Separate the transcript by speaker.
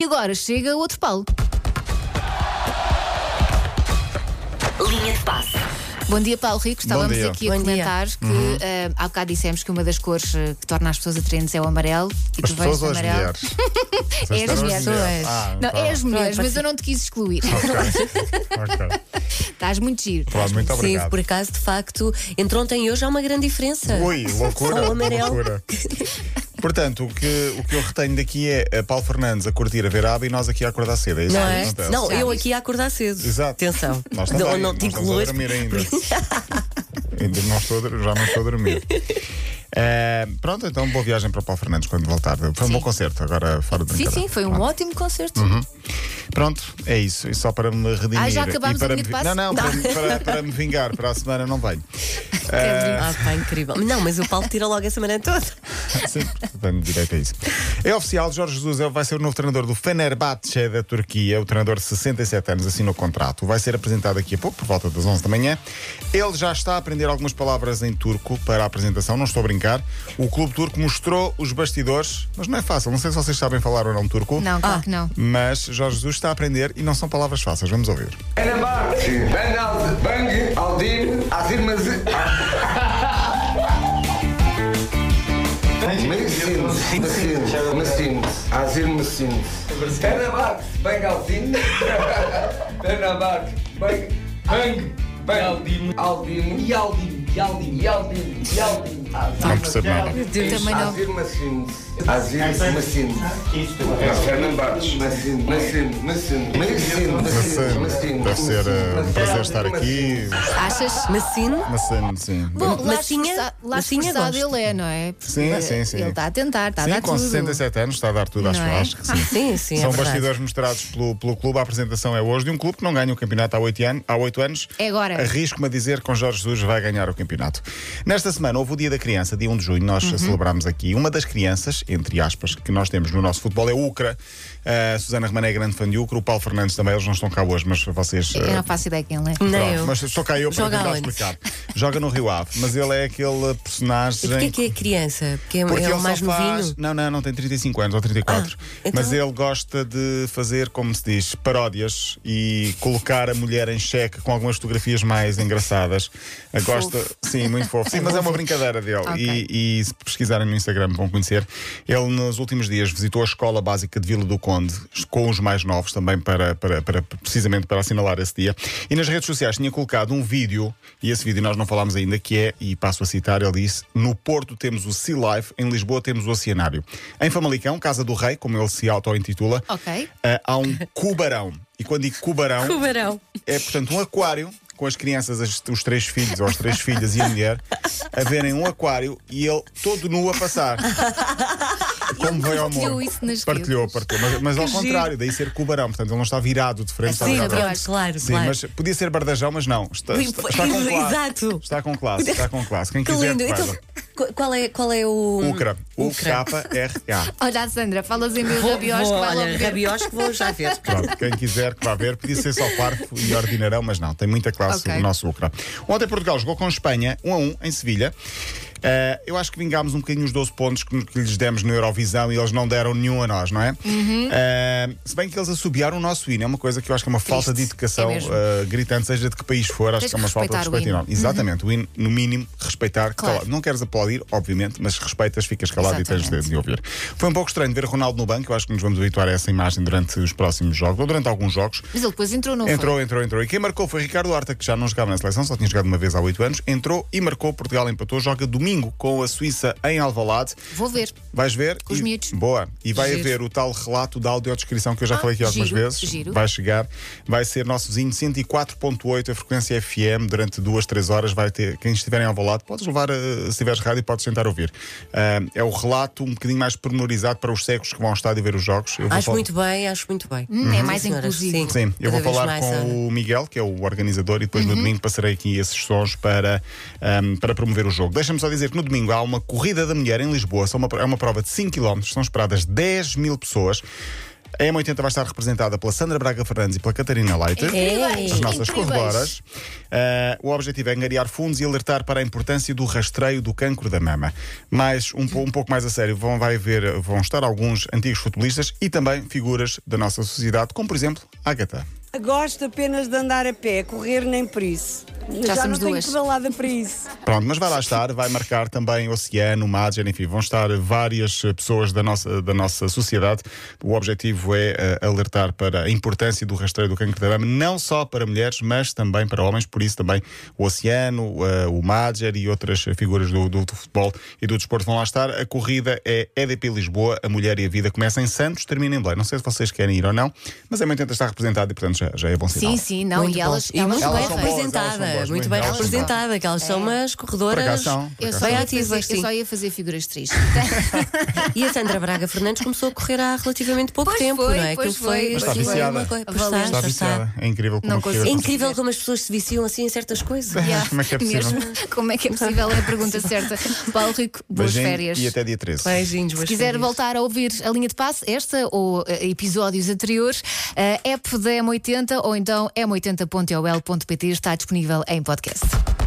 Speaker 1: E agora chega o outro Paulo.
Speaker 2: Linha de passe.
Speaker 1: Bom dia, Paulo Rico. Estávamos
Speaker 3: dia. Uhum.
Speaker 1: aqui a
Speaker 4: Bom dia.
Speaker 1: comentar que eh, há bocado dissemos que uma das cores eh, que torna as pessoas atraentes é o amarelo. E
Speaker 3: As
Speaker 1: tu
Speaker 3: pessoas
Speaker 1: vens
Speaker 3: ou as
Speaker 1: amarelo.
Speaker 3: mulheres?
Speaker 1: É
Speaker 3: Vocês
Speaker 1: as
Speaker 3: eram
Speaker 1: mulheres.
Speaker 3: Ah,
Speaker 1: Não,
Speaker 3: tá
Speaker 1: é
Speaker 3: bem.
Speaker 1: as mulheres,
Speaker 4: Não é
Speaker 1: mas eu não te quis excluir.
Speaker 3: Ok, ok.
Speaker 1: Estás muito giro.
Speaker 3: Pronto, muito
Speaker 4: Sim,
Speaker 3: obrigado.
Speaker 4: por acaso, de facto, entre ontem e hoje há uma grande diferença.
Speaker 3: Ui, loucura,
Speaker 4: Só o amarelo.
Speaker 3: loucura. Portanto, o que, o que eu retenho daqui é a Paulo Fernandes a curtir a veraba e nós aqui a acordar cedo. É isso
Speaker 4: Não
Speaker 3: que
Speaker 4: é?
Speaker 3: acontece.
Speaker 4: Não, eu aqui a acordar cedo.
Speaker 3: Exato.
Speaker 4: Atenção.
Speaker 3: Nós também,
Speaker 4: não, não
Speaker 3: nós
Speaker 4: te
Speaker 3: estamos a
Speaker 4: incluas.
Speaker 3: dormir ainda. Ainda não estou, a dor- já não estou a dormir. Eh, pronto, então boa viagem para o Paulo Fernandes quando voltar. Foi um bom concerto, agora fora de
Speaker 1: Sim, sim, foi um ótimo concerto.
Speaker 3: Uhum. Pronto, é isso. E só para me redimir.
Speaker 1: Ah, já acabámos
Speaker 3: e para
Speaker 1: a linha de
Speaker 3: me-
Speaker 1: passe?
Speaker 3: Não, não, Para, para- para me vingar. Para a semana não venho. É.
Speaker 4: Ah, pá, incrível. Não, mas o Paulo tira logo essa manhã toda.
Speaker 3: Sim, tenho direito a isso. É oficial, Jorge Jesus é- vai ser o novo treinador do Fenerbahçe da Turquia. O treinador de 67 anos assinou o contrato. Vai ser apresentado aqui a pouco, por volta das 11 da manhã. Ele já está a aprender algumas palavras em turco para a apresentação, não estou a brincar. O clube turco mostrou os bastidores, mas não é fácil. Não sei se vocês sabem falar ou não turco.
Speaker 1: Não,
Speaker 4: Ah,
Speaker 1: claro que não.
Speaker 3: Mas Jorge Jesus está a aprender e não são palavras fáceis. Vamos ouvir.
Speaker 5: Fenerbahçe, Ben Aldı, é Bang, Aldin, Azirmazı, Mısınız, mısınız, mısınız, Azir mısınız? Fenerbahçe, Ben Aldin, Fenerbahçe, é Bang, Bang, Bang, Aldin, Aldin, Yaldin, Yaldin, Yaldin, Yaldin,
Speaker 3: Não percebo nada.
Speaker 1: Também não.
Speaker 5: Azir mısınız? Azir mısınız? Fenerbahçe, mısın, mısın, mısın, mısın, mısın, mısın.
Speaker 3: né? Deve ser eh, um prazer estar aqui.
Speaker 1: Achas?
Speaker 4: Massino,
Speaker 3: Maçã, sim.
Speaker 1: Bom, lá
Speaker 4: Massinha-
Speaker 1: esforça- lá
Speaker 4: massinha
Speaker 1: esforçado
Speaker 4: gosto.
Speaker 1: ele é, não é? Porque
Speaker 3: Ah, Sim, sim, sim.
Speaker 1: Ele está a tentar, está tá a
Speaker 3: Sim,
Speaker 1: dar
Speaker 3: com
Speaker 1: tudo.
Speaker 3: 67 anos está a dar tudo, acho,
Speaker 1: Não é?
Speaker 3: acho que sim.
Speaker 4: Sim, sim, é
Speaker 3: São
Speaker 4: verdade.
Speaker 3: bastidores mostrados pelo, pelo clube. A apresentação é hoje de um clube que não ganha o campeonato há oito anos. Há oito anos.
Speaker 1: É agora.
Speaker 3: Arrisco-me a dizer que com Jorge Jesus vai ganhar o campeonato. Nesta semana houve o Dia da Criança, dia 1 de junho. Nós
Speaker 1: Uhum.
Speaker 3: celebramos aqui. Uma das crianças, entre aspas, que nós temos no nosso futebol é o Ucra. A Susana Remané é grande fã de Ucra. O Paulo Fernandes também. Eles não estão cá hoje, mas vocês.
Speaker 1: Eu
Speaker 3: eh,
Speaker 1: não faço ideia quem ele é.
Speaker 4: nem
Speaker 3: pronto,
Speaker 4: eu.
Speaker 3: mas só cá eu para
Speaker 4: Joga
Speaker 3: tentar
Speaker 4: aonde?
Speaker 3: explicar. Joga no Rio Ave, mas ele é aquele
Speaker 4: E
Speaker 3: personagem.
Speaker 4: porquê é que é criança? Porque é,
Speaker 3: Porque
Speaker 4: é
Speaker 3: ele
Speaker 4: o mais
Speaker 3: só faz...
Speaker 4: novinho?
Speaker 3: Não, não, não tem 35 anos ou 34.
Speaker 4: então-
Speaker 3: Mas ele gosta de fazer, como se diz, paródias e colocar a mulher em xeque com algumas fotografias mais engraçadas. A Gosta, sim, muito fofo. Sim, mas é uma brincadeira dele.
Speaker 1: Ok.
Speaker 3: E, e se pesquisarem no Instagram vão conhecer. Ele nos últimos dias visitou a escola básica de Vila do Conde com os mais novos também para, para, para precisamente para assinalar esse dia. E nas redes sociais tinha colocado um vídeo, e esse vídeo nós não falámos ainda, que é, e passo a citar, ele disse: No Porto temos o Sea Life, em Lisboa temos o Oceanário. Em Famalicão, Casa do Rei, como ele se auto-intitula,
Speaker 1: Ok.
Speaker 3: ah, há um cubarão. E quando digo cubarão,
Speaker 4: Tubarão.
Speaker 3: é, portanto, um aquário com as crianças, as- os três filhos ou as três filhas e a mulher, a verem um aquário e ele todo nu a passar. Como veio ao
Speaker 1: partilhou
Speaker 3: mundo.
Speaker 1: isso nas
Speaker 3: partilhou, partilhou. Mas, mas ao
Speaker 4: giro.
Speaker 3: contrário, daí ser cubarão. Portanto, ele não está virado de
Speaker 1: Sim,
Speaker 3: frente. está
Speaker 4: Sim,
Speaker 3: virado.
Speaker 1: Tubarão.
Speaker 4: pronto, claro,
Speaker 3: Sim,
Speaker 4: claro.
Speaker 3: mas podia ser bardajão, mas não. Está, está- está com classe.
Speaker 4: Exato.
Speaker 3: Está com classe, está com classe. Quem
Speaker 4: Que
Speaker 3: quiser,
Speaker 4: lindo. Então,
Speaker 3: faz.
Speaker 4: qu- qual é, qual é o.
Speaker 3: Ucra.
Speaker 4: Ucra.
Speaker 3: U-K-R-A.
Speaker 1: Olha, a Sandra, falas em meu
Speaker 4: Vou,
Speaker 1: rabiós que
Speaker 4: vou,
Speaker 1: vai logo
Speaker 4: olha,
Speaker 1: ver.
Speaker 4: rabiosco, vou já ver.
Speaker 3: Pronto, quem quiser que vá ver, podia ser só parvo e ordinarão, mas não, tem muita classe
Speaker 1: Ok.
Speaker 3: o nosso Ucra. Ontem Portugal jogou com a Espanha, 1 a 1 em Sevilha. Eh, eu acho que vingámos um bocadinho os 12 pontos que, que lhes demos na Eurovisão e eles não deram nenhum a nós, não é?
Speaker 1: Uhum.
Speaker 3: Eh, se bem que eles assobiaram o nosso hino, é uma coisa que eu acho que é uma falta de educação
Speaker 1: é mesmo.
Speaker 3: eh, gritante, seja de que país for, acho
Speaker 1: Tens
Speaker 3: que é
Speaker 1: que
Speaker 3: uma falta de
Speaker 1: respeitar o
Speaker 3: respeito
Speaker 1: hino.
Speaker 3: enorme. Exatamente, o hino, no mínimo, respeitar.
Speaker 1: Claro.
Speaker 3: cala- Não queres aplaudir, obviamente, mas respeitas, ficas calado e tens
Speaker 1: Exatamente.
Speaker 3: de, de ouvir. Foi um pouco estranho ver Ronaldo no banco, eu acho que nos vamos habituar a essa imagem durante os próximos jogos, ou durante alguns jogos.
Speaker 1: Mas ele depois entrou, não foi?
Speaker 3: Entrou, entrou, entrou. E quem marcou foi Ricardo Horta, que já não jogava na seleção, só tinha jogado uma vez há oito anos. Entrou e marcou, Portugal empatou, joga domingo com a Suíça em Alvalade.
Speaker 1: Vou ver.
Speaker 3: Vais ver.
Speaker 1: Com os
Speaker 3: e-
Speaker 1: miúdos.
Speaker 3: Boa. E vai
Speaker 4: Giro.
Speaker 3: haver o tal relato da audiodescrição que eu já
Speaker 1: Ah,
Speaker 3: falei aqui algumas
Speaker 1: giro,
Speaker 3: vezes.
Speaker 1: giro.
Speaker 3: Vai chegar. Vai ser nosso vizinho 104.8, a frequência FM, durante duas, três horas. Vai ter, quem estiver em Alvalade, podes levar, eh, se tiveres rádio, podes tentar ouvir. Ah, é o relato um bocadinho mais pormenorizado para os cegos que vão ao estádio ver os jogos. Eu vou
Speaker 4: Acho
Speaker 3: falar-
Speaker 4: muito bem, acho muito bem.
Speaker 1: Hum, é mais
Speaker 4: Sim, senhoras,
Speaker 1: inclusivo.
Speaker 4: sim.
Speaker 3: Sim,
Speaker 4: Cada
Speaker 3: eu vou
Speaker 4: vez
Speaker 3: falar
Speaker 4: mais,
Speaker 3: com
Speaker 4: Ana. Uhum.
Speaker 3: o Miguel, que é o organizador, e depois no domingo passarei aqui esses sons para, ahm, para promover o jogo. Deixa-me só dizer que no domingo há uma corrida da mulher em Lisboa, São uma- é uma prova de 5 km, são esperadas 10 mil pessoas. A M80 vai estar representada pela Sandra Braga Fernandes e pela Catarina Leite.
Speaker 4: É.
Speaker 1: Incríveis,
Speaker 3: As nossas
Speaker 1: incríveis.
Speaker 3: corredoras. Ah, o objetivo é angariar fundos e alertar para a importância do rastreio do cancro da mama. Mas, um, po- um pouco mais a sério, vão, vai ver, vão estar alguns antigos futebolistas e também figuras da nossa sociedade, como, por exemplo, Agatha.
Speaker 6: Gosto apenas de andar a pé, correr nem por isso.
Speaker 1: Já somos
Speaker 6: não tenho
Speaker 1: duas.
Speaker 6: pedalada para isso.
Speaker 3: Pronto, mas vai lá estar, vai marcar também Oceano, Madger, enfim, vão estar várias eh, pessoas da nossa, da nossa sociedade. O objetivo é eh, alertar para a importância do rastreio do cancro da mama, não só para mulheres, mas também para homens, por isso também o Oceano, eh, o Madger e outras eh, figuras do, do- do futebol e do desporto vão lá estar. A corrida é EDP Lisboa, a mulher e a vida começa em Santos, termina em Belém. Não sei se vocês querem ir ou não, mas a mãe tenta estar representada e, portanto, já, já é bom sinal.
Speaker 1: Sim, sim, não.
Speaker 4: muito
Speaker 1: e
Speaker 4: bom.
Speaker 1: elas,
Speaker 4: E
Speaker 1: elas
Speaker 4: muito
Speaker 3: elas
Speaker 4: bem
Speaker 1: correm.
Speaker 3: são boas,
Speaker 4: representada,
Speaker 3: elas são
Speaker 4: muito
Speaker 3: boas,
Speaker 4: É.
Speaker 3: muito
Speaker 4: bem
Speaker 3: boas.
Speaker 4: representada, que elas são umas corredoras
Speaker 3: Por acaso são, por
Speaker 1: Eu
Speaker 3: acaso
Speaker 1: só,
Speaker 4: bem
Speaker 1: ia
Speaker 4: ativas,
Speaker 1: fazer, eu
Speaker 4: sim.
Speaker 1: só ia fazer figuras tristes.
Speaker 4: E a Sandra Braga Fernandes começou a correr há relativamente pouco
Speaker 1: Pois
Speaker 4: tempo,
Speaker 1: foi,
Speaker 4: não é?
Speaker 1: pois
Speaker 4: Aquilo foi,
Speaker 1: foi. Mas
Speaker 3: está
Speaker 4: foi
Speaker 3: viciada.
Speaker 4: uma coisa- Pois
Speaker 1: Está
Speaker 4: está,
Speaker 3: Está
Speaker 4: está,
Speaker 3: viciada. É incrível como
Speaker 1: Não
Speaker 3: a corrida
Speaker 1: consigo.
Speaker 4: É
Speaker 3: passa.
Speaker 4: incrível como as pessoas se viciam assim em certas coisas.
Speaker 1: Yeah.
Speaker 3: Como é que é possível?
Speaker 1: Mesmo. Como é que é possível? É a pergunta certa. Paulo Rico, boas
Speaker 3: Beijinho
Speaker 1: férias.
Speaker 3: E até dia 13.
Speaker 4: Beijinhos,
Speaker 1: Se
Speaker 4: boas
Speaker 1: quiser
Speaker 4: férias.
Speaker 1: voltar a ouvir a linha de passe, esta ou eh, episódios anteriores, eh, a app da M80 ou então m80.ol.pt está disponível em podcast.